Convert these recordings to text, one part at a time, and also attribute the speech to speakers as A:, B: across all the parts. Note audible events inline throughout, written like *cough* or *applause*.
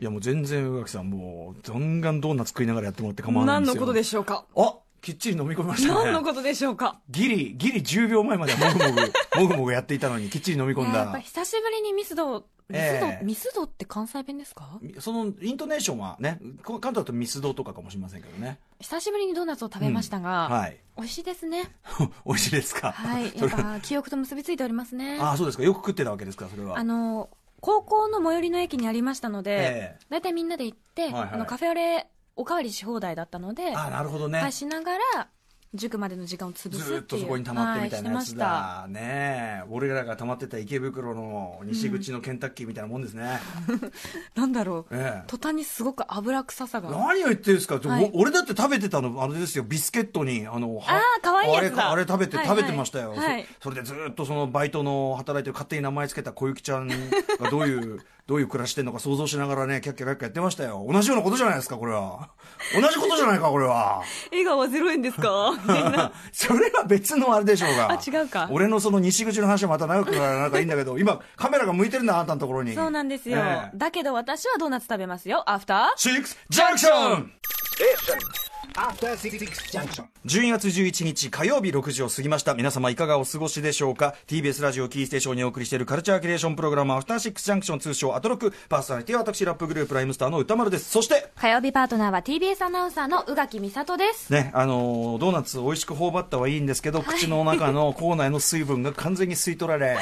A: いやもう全然上垣さんもうガンガンドーナツ食いながらやってもらって構わない
B: 何
A: んです
B: の
A: よ
B: ことでしょう
A: *laughs*
B: か
A: あきっちり飲み込みましたね
B: 何のことでしょうか
A: ギリギリ10秒前まではもぐ *laughs* もぐもぐもぐやっていたのにきっちり飲み込ん
C: やっぱ
A: だ
C: 久しぶりにミスド、ミスド、
A: ええ
C: ミスドって関西弁ですか
A: そのイントネーションはねこ関東だとミスドとかかもしれませんけどね
C: 久しぶりにドーナツを食べましたが、
A: はい *laughs*
C: 美味しいですね。
A: 美味しいですか
C: はい。
A: そ
C: やっ
A: れは
C: ぱ、記憶と結びついておりますね。
A: ああそうですかよく食ってたわけですかそれは
C: あの、高校の最寄りの駅にありましたので、
A: ええ
C: 大体みんなで行って、
A: はいはい
C: あのカフェオレおかわりし放題だったので、
A: ああなるほどね、
C: はい、しながら、塾までの時間を潰すって
A: ず
C: いう。
A: ーっとそこに溜まってみたいなや
C: は
A: つ
C: して
A: だ、
C: ました。
A: ねえ俺らが溜まってた池袋の西口のケンタッキーみたいなもんですね、
C: なんだろう、
A: ええ
C: 途端にすごく油臭さが。
A: 何を言ってるんですか、
C: はい
A: お俺だって食べてたのあれですよビスケットにあのは
C: あー可愛いやつだ
A: あれかあれ食べて、
C: はい
A: 食べてましたよ、
C: はいはい
A: そそれでずーっとそのバイトの働いてる勝手に名前つけた小雪ちゃんがどういう
C: *laughs*
A: どういう暮らしてんのか想像しながらねキャッキャキャッキャやってましたよ同じようなことじゃないですかこれは同じことじゃないかこれ
C: *laughs*
A: は *laughs*
C: 笑顔はゼロ円ですかみんな。
A: それは別のあれでしょうが
C: あ違うか
A: 俺のその西口の話はまた長くならなんかいいんだけど今カメラが向いてるんだあんたのところに
C: *laughs* そうなんですよ、
A: ええ
C: だけど私はドーナツ食べますよ。アフター
A: シックスジャンクション
D: After Six Junction.
A: 12月11日火曜日6時を過ぎました皆様いかがお過ごしでしょうか TBS ラジオキーステーションにお送りしているカルチャーキュレーションプログラム「アフターシックスジャンクション」通称アトロクパーソナリティは私ラップグループライムスターの歌丸ですそして
C: 火曜日パートナーは TBS アナウンサーの宇垣美里です。
A: ねあのードーナツ美味しく頬張ったはいいんですけど、口の中の口内の水分が完全に吸い取られ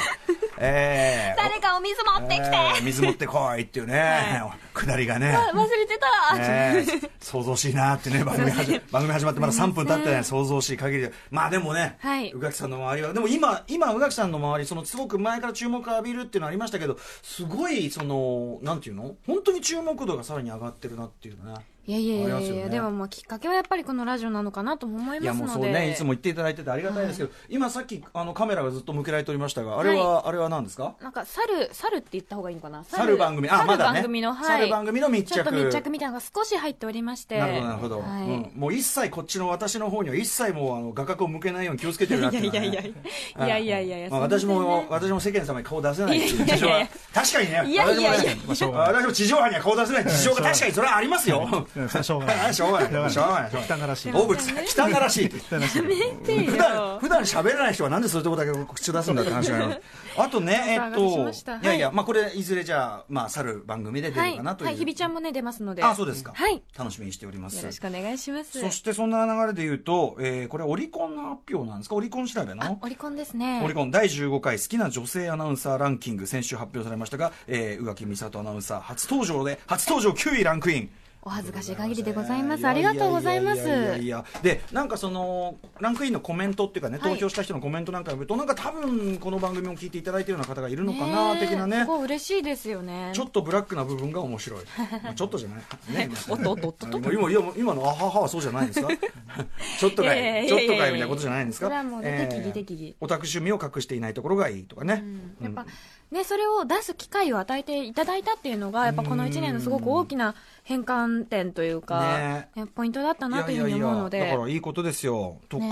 A: えー
C: 誰かお水持ってきて、
A: えー水持ってこいっていうね、くだりがね、
C: *laughs* 忘れてた、
A: ねえ、想像しいなってね番組始番組始まってまだ3分経ってない想像しい限りでまあでもね、
C: はい
A: 宇垣さんの周りはでも今今宇垣さんの周りそのすごく前から注目を浴びるっていうのはありましたけどすごいそのなんていうの本当に注目度がさらに上がってるなっていうね
C: *laughs* いやいやい
A: あり
C: や
A: ます
C: い
A: よ
C: や、
A: ね
C: でももうきっかけはやっぱりこのラジオなのかなとも思い
A: いや
C: ます
A: もう
C: の
A: そう
C: で。
A: ねいつも言っていただいててありがたいですけど、今さっきあのカメラがずっと向けられておりましたがあれは、あれは何ですか
C: なんか猿、猿って言った方がいいのかな
A: 猿番組あ
C: 猿
A: まだね
C: 番組の、はい。
A: 猿番組の密着
C: ちょっと密着みたいなのが少し入っておりまして。
A: なるほどなるほど、
C: はい。
A: うん、もう一切こっちの私の方には一切もうあの画角を向けないように気をつけてるなっていうのはね
C: いやいやいやいやいやいやいや
A: まあ
C: す
A: 私
C: いませんね
A: も私も世間様に顔出せないっていう事情
C: いや
A: はい
C: やいや
A: 確かにね
C: いやいやいや
A: 私もね
E: まあしょうがない
A: 私も地上波には顔出せない事情が確かにそれはありますよ
E: うんそれはしょうがな
A: あ *laughs*
E: い。
A: しょうがないしょうがない
E: 北らしい。
A: 大渕北がらしいって
E: 北らしい。
C: 見て
A: 普段
C: よ
A: 普段喋らない人はなんでそういうとこだけ口出すんだって話があ
C: *laughs*
A: るあとねえっ
C: お騒がせしま
A: と
C: したはい
A: いやいやまあこれいずれじゃあまあ去る番組で出
C: は
A: る
C: い。
A: かなという、
C: はい、ひびちゃんもね、出ますので。
A: あそうですか、
C: はい。
A: 楽しみにしております
C: よろしくお願いします。
A: そしてそんな流れで言うと、えーこれオリコンの発表なんですかオリコン調べ
C: あ
A: の、
C: オリコンですね。
A: オリコン第15回好きな女性アナウンサーランキング先週発表されましたが、えー宇垣美里アナウンサー初登場で初登場9位ランクイン
C: お恥ずかしい限りでございます。ありがとうございます。
A: やややいやでなんかそのランクインのコメントっていうかね、
C: はい
A: 投票した人のコメントなんかを見るとなんか多分この番組を聞いていただいてるような方がいるのかな的な
C: え
A: ね
C: すごい嬉しいですよね。
A: ちょっとブラックな部分が面白いまあちょっとじゃないね
C: おっとおっとおっと
A: あの今今今の「あはは」はそうじゃないんですか *laughs* ちょっとか
C: いやいや
A: い
C: い
A: ちょ
C: や
A: っ
C: いや
A: とかいみたいなことじゃないんですか
C: それはもうね
A: えー
C: 適宜適宜
A: オタク趣味を隠していないところがいいとかね、
C: やっぱね、それを出す機会を与えていただいたっていうのがやっぱこの1年のすごく大きな変換点というか
A: ね、
C: ねポイントだったなというふうに思うので
A: いやいやいやだからいいことですよとか、
C: ね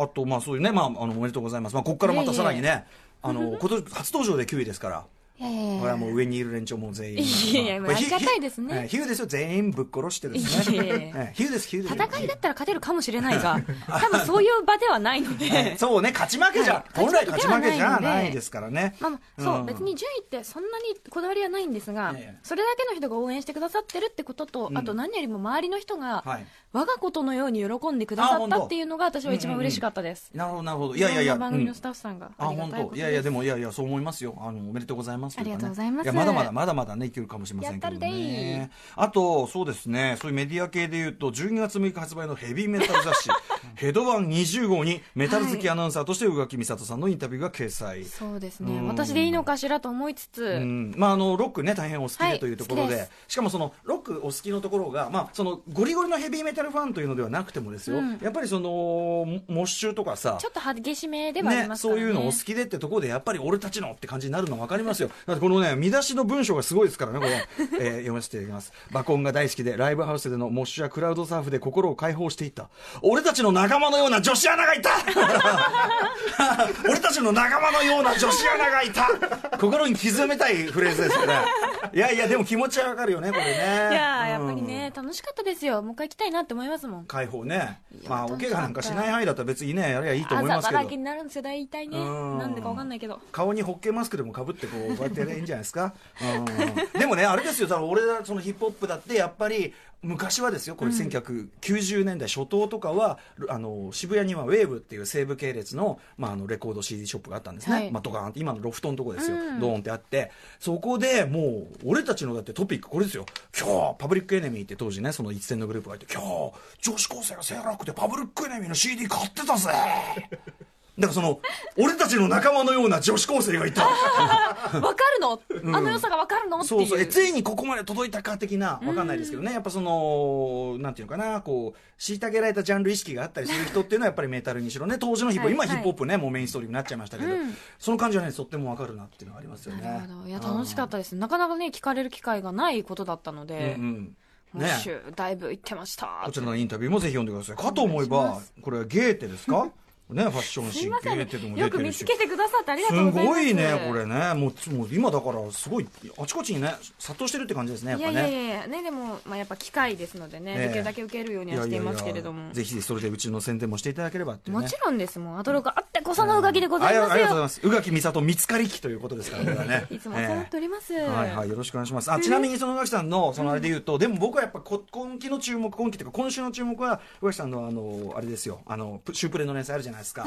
A: あとまあそういうね、まあ、あのおめでとうございます、まあ、ここからまたさらにねあ
C: *laughs*
A: の今年初登場で9位ですから。
C: いやいやいや
A: これはもう上にいる連中も全員
C: いやいや
A: ま
C: ありがたいですね
A: ひひえー比喩ですよ全員ぶっ殺してです
C: いやいやい
A: ね
C: や
A: *laughs* えー比喩です比喩です
C: 戦いだったら勝てるかもしれないが多分そういう場ではない
A: *laughs*
C: の
A: えー
C: で。
A: そうね勝ち負けじゃ、
C: はい
A: 本来勝ち負けじゃ
C: 勝ち負けではない
A: な
C: の
A: い
C: で
A: ですからね
C: まあまあ、そう、
A: ん
C: 別に順位ってそんなにこだわりはないんですが、
A: ええ
C: それだけの人が応援してくださってるってことと、あと何よりも周りの人が、
A: はい
C: 我がことのように喜んでくださ
A: あ
C: っ
A: 本
C: た
A: 当
C: っていうのが私は一番嬉しかったです。
A: なるほどなるほどいやいやいや
C: ろんな番組
A: う
C: の
A: ん
C: スタッフさんが
A: あ
C: ありが
A: 本
C: たいこと
A: 当
C: です。
A: いやいやでもいやいやそう思いますよあのおめでとうございますというかね
C: ありがとうございます
A: やまだまだまだまだまだね生きるかもしれませんけど
C: やったるで
A: ねあとそうですねそういうメディア系でいうと12月6日発売のヘビーメタル雑
C: *laughs*
A: 誌ヘドバン20号にメタル好きアナウンサーとして宇垣美里さんのインタビューが掲載
C: そうですね。私でいいのかしらと思いつつ、
A: うんまあ、あのロックね大変お好き
C: は
A: で
C: い
A: というところで,、
C: 好きです
A: しかもそのロックお好きのところが、まあ、そのゴリゴリのヘビーメタルファンというのではなくてもですよ、
C: うん
A: やっぱりそのモモッシュとかさ
C: ちょっと激しめではあります
A: そ
C: から
A: う
C: ね。 *laughs*
A: いうのお好きでってところでやっぱり俺たちのって感じになるの分かりますよだってこのね、見出しの文章がすごいですからね、これ、 *laughs* えー読ませていただきます。爆音が大好きで、ライブハウスでのモッシュやクラウドサーフで心を解放していった。俺たちの仲間のような女子アナがい
C: *laughs*
A: た俺たちの仲間のような女子アナがいた心に刻めたいフレーズですよね。いやいや、でも気持ちはわかるよね、これね。い
C: いやーやっぱりね、楽しかったですよ。もう一回行きたいなって思いますもん。
A: 解放ね
C: い、や
A: まあ、お怪我なんかしない範囲だったら別にね、やりゃいいと
C: あ
A: 思い
C: ざ
A: ます
C: ば
A: け
C: ら
A: ど
C: け、になるんですよ、大体ね。
A: うん
C: なんでかわかんないけど。
A: 顔にホッケマスクでもかぶってこう、こうやってやればいいんじゃないですか。うん、でもね、あれですよ、だから俺らそのヒップホップだって、やっぱり、昔はですよ、これ1990年代初頭とかは、あの、渋谷にはウェーブっていう西部系列の、まあ、あの、レコード CD ショップがあったんですね。
C: はい
A: まあ、ドカーンって今のロフトのとこですよ。
C: うん
A: ドーンってあって、そこでもう、俺たちのだってトピックこれですよ。今日、パブリックエネミーって当時ね、その一戦のグループがいて、今日、女子高生がセーラークでパブリックエネミーの CD 買ってたぜだからその、俺たちの仲間のような女子高生がいた。
C: わかるのあの良さがわかるのって
A: そ
C: いう
A: そう。え
C: う。
A: ついにここまで届いたか的な、わかんないですけどね。やっぱその、なんていうのかな、こう、虐げられたジャンル意識があったりする人っていうのはやっぱりメタルにしろね、当時のヒップホップ、今
C: は
A: ヒ
C: い
A: ップホップね、もうメインストーリーになっちゃいましたけど
C: うん、
A: その感じはね、とってもわかるなっていうのはありますよね。
C: なるほどいや楽しかったですなかなかね聞かれる機会がないことだったので、
A: うんうん。
C: もう
A: ね。
C: 週だいぶ行ってました
A: こちらのインタビューもぜひ読んでください。かと思え
C: お願いし
A: ば
C: ま、
A: これはゲーテです
C: *laughs*
A: かね、ファッション
C: す
A: 誌
C: いませ
A: ゲー
C: んね
A: テでも出
C: よく
A: て
C: 見
A: るし
C: つ。けてくださってありが
A: す
C: とうございます
A: ごいね、これね、もうつもう今だから、すごい、あちこちにね、殺到してるって感じですね、やっ
C: い
A: ぱ
C: や
A: ね。
C: いやいやいやねでも、まあ、やっぱ機会ですのでね、
A: ええ
C: できるだけ受けるようにはしていますけれども
A: いやいやいやぜひぜひそれでうちの宣伝もしていただければっていうね
C: もちろんですもんアトロクあってこそのうがきでございます
A: あありがとうござい
C: よ、
A: ます宇垣美里見つかり期ということですからこれはね
C: *laughs* いつもそうなっております、
A: ええはいはい、よろしくお願いします。あ、ちなみにその宇垣さんの、そのあれで言うと、でも僕はやっぱこ今期の注目、今期というか今週の注目は、宇垣さんのあの、あれですよ、あの、プシュープレの連載あるじゃないです *laughs* か。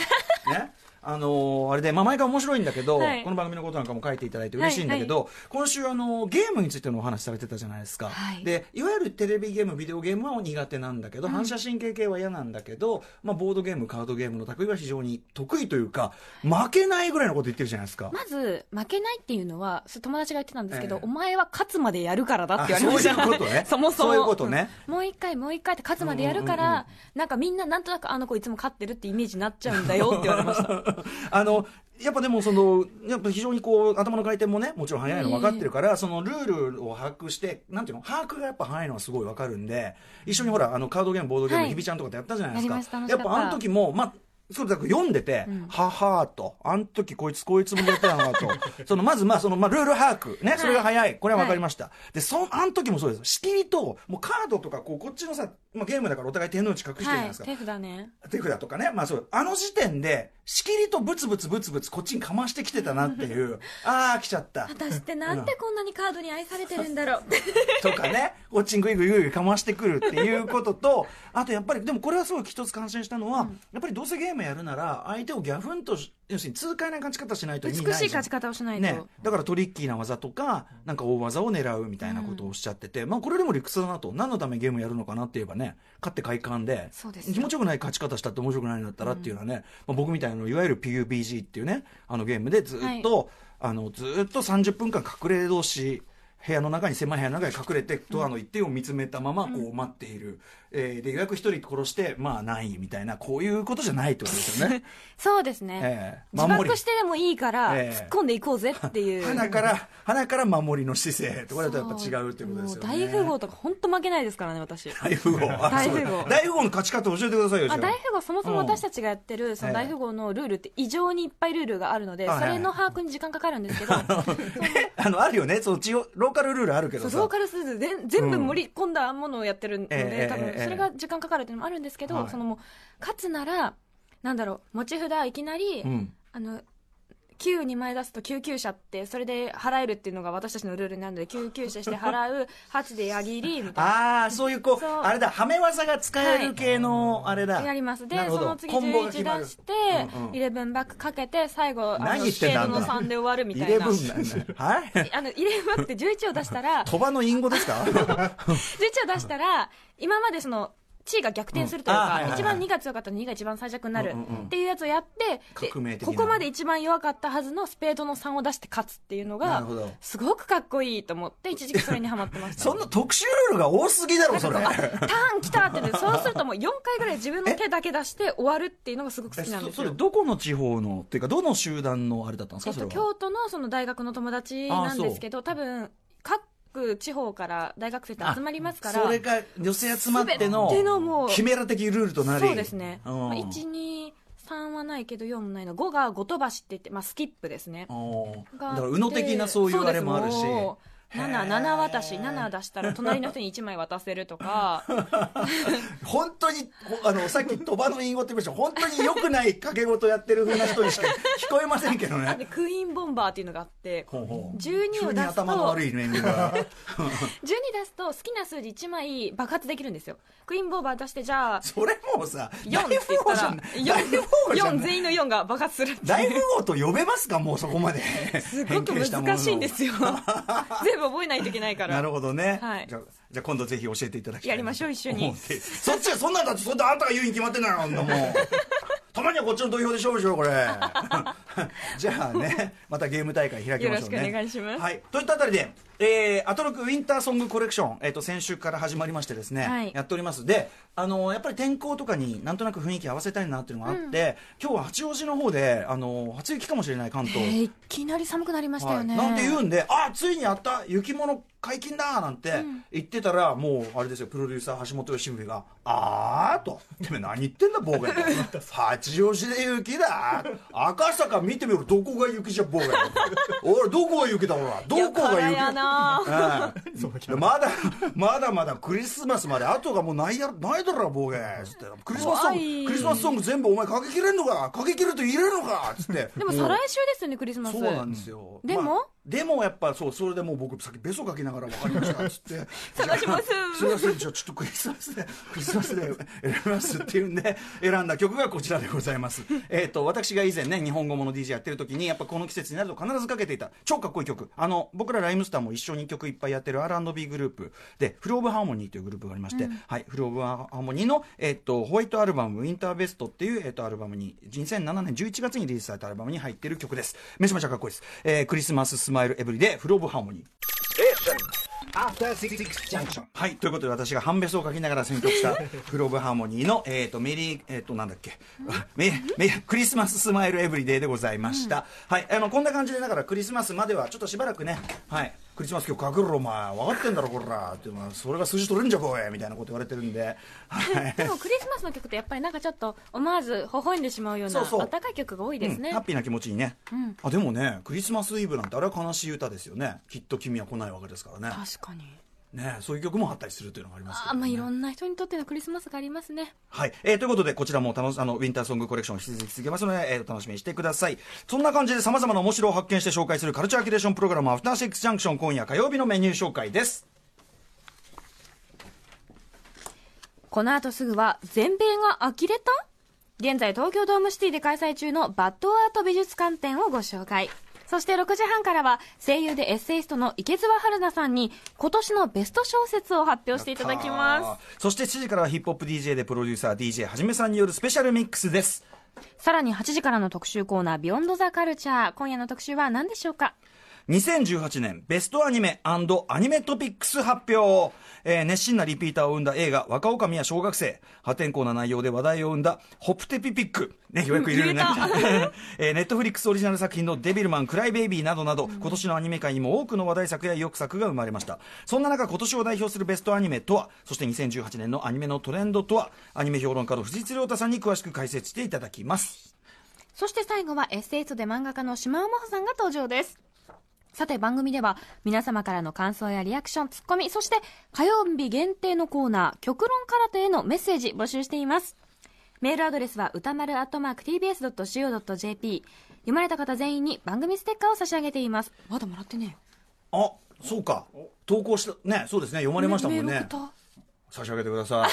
A: ね。あのあれで、まあ、毎回面白いんだけど、
C: はい
A: この番組のことなんかも書いていただいて嬉しいんだけど、今週あの、ゲームについてのお話されてたじゃないですか。
C: はい
A: で、いわゆるテレビゲーム、ビデオゲームは苦手なんだけど、反射神経系は嫌なんだけど、まあ、ボードゲーム、カードゲームの類は非常に得意というか、負けないぐらいのこと言ってるじゃないですか。
C: まず負けないっていうのはそれ友達が言ってたんですけど、
A: ええ
C: お前は勝つまでやるからだって言われ
A: あ
C: ました
A: そういうことね
C: *laughs* そもそも
A: そういうことね
C: うんもう一回もう一回って勝つまでやるから、
A: うんうんうん
C: なんかみんななんとなくあの子いつも勝ってるってイメージになっちゃうんだ
A: *laughs*
C: よって言われました
A: あのやっぱでもそのやっぱ非常にこう頭の回転もねもちろん早いの分かってるから、そのルールを把握してなんていうの把握がやっぱ早いのはすごい分かるんで一緒にほらあのカードゲームボードゲーム、
C: はい
A: ひびちゃんとかとやったじゃないです
C: や
A: か
C: りました楽し
A: や
C: か
A: っ
C: った
A: ぱあの時もまあそれだけ読んでて、
C: うん
A: ははーと、あの時こいつこういうつもりだったの
C: *laughs*
A: かと、そのまずまあその、まあ、ルール把握、ね、それが早い、これは分かりました。で、そんあの時もそうです。仕切りと、もうカードとか、こう、こっちのさ、まあ、ゲームだからお互い手の内隠してるじゃな
C: はいい
A: ですか。
C: 手札ね
A: 手札とかね、まあそう、あの時点で、しきりとブツブツブツブツこっちにかましてきてたなっていう、ああ、来ちゃった。
C: 私ってなんでこんなにカードに愛されてるんだろう
A: とかね、こっちにグイグイグイグイかましてくるっていうことと、あとやっぱり、でもこれはすごい一つ感心したのは、やっぱりどうせゲームやるなら、相手をギャフンとし、要するに痛快な勝ち方しないと意
C: *laughs* 美
A: 味
C: し
A: ないいじゃん。
C: 勝ち方をしないと、
A: ね、だからトリッキーな技とか、なんか大技を狙うみたいなことをおっしゃってて、まあこれでも理屈だなと、何のためにゲームやるのかなって言えばね、勝って快感で、
C: そうですよ
A: 気持ちよくない勝ち方したって面白くないんだったらっていうのはね、まあ、僕みたいな、いわゆる PUBG っていうね、あのゲームでずっと、あの、ずっと30分間隠れ同士、部屋の中に狭い部屋の中に隠れてドアの一点を見つめたままこう待っている、えーで予約一人殺してまあないみたいなこういうことじゃないってことですよ
C: *laughs*
A: ね、
C: そうですね、
A: ええ
C: 自爆してでもいいから
A: ええ
C: 突っ込んでいこうぜってい
A: *laughs*
C: う、
A: 鼻から、鼻から守りの姿勢とかだとやっぱ違うってことですよね。
C: も大富豪とか本当負けないですからね私
A: 大富豪。あ
C: 大富豪
A: そう大富豪の勝ち方教えてくださいよ、じゃあ
C: あ大富豪そもそも
A: うん
C: 私たちがやってるそ
A: ええ
C: の大富豪のルールって異常にいっぱいルールがあるので
A: あ
C: それの把握に時間かかるんで
A: *laughs*
C: すけど
A: あの、あるよね。そう、地方、ローカルルールあるけど
C: そう
A: さ。
C: ローカルスーズ全全部盛り込んだものをやってるの
A: ええええ
C: で多
A: え
C: 分
A: え
C: それが時間かかるっていうのもあるんですけ
A: は
C: ど
A: い
C: そのもう勝つならなんだろう持ち札いきなり
A: うん。
C: あの9に前出すと救急車ってそれで払えるっていうのが私たちのルールになるので救急車して払う *laughs* 8で矢切りみたいな。
A: ああ、そういうこう、
C: そう
A: あれだ、はめ技が使える系の、あれだ。
C: やりますで
A: なるほ
C: そ
A: ど
C: の次
A: コンボが決ま
C: 11
A: る
C: 出して、
A: うんうん
C: 11バックかけて最後あ
A: 何
C: の
A: 言ってんだ
C: シェードの3で終わるみ
A: イ
C: た
A: レ
C: いな
A: ブンなんだ。はい
C: あの11バックって11を出したら11
A: 鳥羽の隠語ですか *laughs*
C: を出したら今までその地位が逆転するという
A: うんあーはい
C: か、
A: はいはい
C: 一番2が強かったのに2が一番最弱になる
A: うんうんうん
C: っていうやつをやって、で
A: 革命的な
C: ここまで一番弱かったはずのスペードの3を出して勝つっていうの
A: な
C: が
A: るほど、
C: すごくかっこいいと思って、一時期それにハマってました。
A: そんな特殊ルールが多すぎだ
C: *laughs*
A: ろ、それ。
C: ターン来たってねそうするともう4回ぐらい自分の手だけ出して終わるっていうのがすごく好きなん
A: そ
C: です
A: それ
C: よ。
A: どこの地方のっていうかどの集団のあれだったんです
C: え
A: か
C: っ
A: それ
C: と、
A: は
C: 京都のその大学の友達なんですけど、多分、各地方から大学生って集まりますから、
A: それが寄せ集まっての
C: 全てのもう
A: キメラ的ルールとなり
C: そうですね。
A: う
C: ま
A: ん
C: あ、1、2、3はないけど4もないの。5がごとばしって言って、まあ、スキップですね。
A: おーだ
C: が
A: から右脳的なそういうあれもあるし
C: そうですもう
A: へー
C: 7、7渡し、7出したら隣の人に1枚渡せる
A: *laughs*
C: とか、
A: 本当にほあのさっき鳥羽の隠語って言いましたけど本当に良くない掛け事やってる風な人にしか聞こえませんけどね
C: でクイーンボンバーっていうのがあって、
A: ほうほう
C: 12
A: 急
C: を
A: に
C: 出すと、
A: 頭の悪いネーミングが
C: 12出すと好きな数字1枚爆発できるんですよクイーンボーバー出してじゃあ
A: *laughs* それもうさ
C: 4って言ったら
A: 大富豪じゃない大富豪じゃ
C: 4
A: ない
C: 全員の4が爆発するって
A: 大
C: いう
A: 富豪と呼べますかもうそこまで
C: すごく難しい
A: *laughs*
C: んですよ全部覚えないといけないか
A: な
C: ら
A: るほどね、
C: はい
A: じゃあじゃあ今度ぜひ教えていただきたい
C: やりましょう一緒に
A: 思ってそっちはそんなんだってそんなあんたが言うに決まってんだろあん
C: *laughs*
A: なもんたまにはこっちの投票で勝負しようこれじゃあねまたゲーム大会開きましょうね
C: よろしくお願いします
A: はい、といったあたりで、えーアトロックウィンターソングコレクション、えー、と先週から始まりましてですね、
C: はい
A: やっておりますで、あのーやっぱり天候とかになんとなく雰囲気合わせたいなっていうのがあって、今日は八王子の方で、あのー初雪かもしれない関東、
C: いきなり寒くなりましたよね、
A: はい、なんて言うんで、あついにやった、雪物解禁だなんて言ってたら、もうあれですよ、プロデューサー、橋本良文が、あーと、てめえ、何言ってんだ、
C: *laughs*
A: 妨害と、八王子で雪だ、赤坂見てみろ、どこが雪じゃ、妨害おい、どこが雪だ、ほら、どこが
C: や
A: 雪
C: やな *laughs*
A: うんまだまだまだクリスマスまであとがもうないやろないだろボケつってクリスマスソン
C: 怖い
A: グクリスマスソング全部お前かけきれんのかかけきると言えるのかつって
C: でも再来週ですよねクリスマ
A: そ
C: ス
A: うなんですよ。
C: でも
A: まあでもやっぱそう、それでもう僕、さっきベソ書きながら分かりましたっつ
C: *laughs*
A: って。
C: 探します
A: すいません、じゃあちょっとクリスマスで、 *laughs* クリスマスで選びますっていうんで、選んだ曲がこちらでございます。えっと、私が以前ね、日本語もの DJ やってる時に、やっぱこの季節になると必ずかけていた、超かっこいい曲。あの、僕らライムスターも一緒に曲いっぱいやってる R&B グループで、フローブハーモニーというグループがありまして、はい、フローブハーモニーの、えっと、ホワイトアルバム、ウィンターベストっていう、えっと、アルバムに、2007年11月にリリースされたアルバムに入ってる曲です。めちゃめちゃかっこいいです。えークリスマススマイルエブリデイ、フローブハーモニー。
D: Station. After Six Junction.
A: はい、ということで私が半べそを書きながら選曲
C: *laughs*
A: したフロブハーモニーの、えっ、と、メリー、えっ、と、なんだっけ、メメクリスマススマイルエブリデイでございました。はい、あの、こんな感じで、だからクリスマスまではちょっとしばらくね、はい、クリスマス曲書くろ、お前、分かってんだろ、こら、って、まあ、それが数字取れんじゃ、こい、みたいなこと言われてるんで、はい。
C: でもクリスマスの曲ってやっぱりなんかちょっと思わず微笑んでしまうような
A: そうそう
C: 温かい曲が多いですね、
A: うんハッピーな気持ちにね、あでもねクリスマスイブなんてあれは悲しい歌ですよねきっと君は来ないわけですからね
C: 確かに
A: ねそういう曲もあったりするというのがありますけ
C: あ
A: ど、ね、
C: まあいろんな人にとってのクリスマスがありますね
A: はい。えーということで、こちらも楽し、あの、ウィンターソングコレクションを引き続き続けますので、えーお楽しみにしてください。そんな感じで様々な面白を発見して紹介するカルチャーキュレーションプログラム、アフターシックスジャンクション、今夜火曜日のメニュー紹介です。
C: この後すぐは全米が呆れた現在東京ドームシティで開催中のバッドアート美術館展をご紹介。そして6時半からは声優でエッセイストの池澤春菜さんに今年のベスト小説を発表していただきます。
A: す。そして7時からはヒップホップ DJ でプロデューサー DJ はじめさんによるスペシャルミックスです。
C: さらに8時からの特集コーナービヨンドザカルチャー。今夜の特集は何でしょうか
A: 2018年ベストアニメアニメトピックス発表、えー熱心なリピーターを生んだ映画「若女将や小学生」破天荒な内容で話題を生んだ「ホプテピピック」ねようやく入れるね
C: うん入
A: *laughs* えーネットフリックスオリジナル作品の「デビルマンクライベイビー」などなど今年のアニメ界にも多くの話題作や意欲作が生まれましたそんな中今年を代表するベストアニメとはそして2018年のアニメのトレンドとはアニメ評論家の藤津亮太さんに詳しく解説していただきます
C: そして最後はエッセイストで漫画家の島尾真帆さんが登場です。さて番組では皆様からの感想やリアクション、ツッコミ、そして火曜日限定のコーナー、極論空手へのメッセージ募集しています。メールアドレスは歌丸アットマーク tbs.co.jp 読まれた方全員に番組ステッカーを差し上げています。まだもらってね
A: あそうか投稿したねそうですね読まれましたもん
C: メー
A: ね
C: ル送った
A: 差し上げてください、はい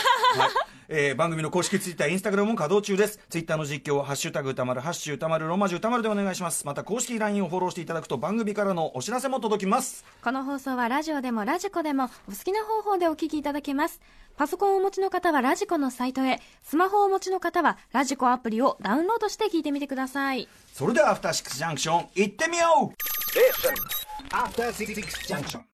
A: えー番組の公式ツイッター、インスタグラムも稼働中です。ツイッターの実況は、ハッシュタグ歌丸、ハッシュ歌丸、ローマ字歌丸でお願いします。また、公式 LINE をフォローしていただくと、番組からのお知らせも届きます。
C: この放送はラジオでもラジコでもお好きな方法でお聞きいただけます。パソコンをお持ちの方はラジコのサイトへ、スマホをお持ちの方はラジコアプリをダウンロードして聞いてみてください。
A: それでは、アフターシックスジャンクション、行ってみよう
D: Station. After Six Junction.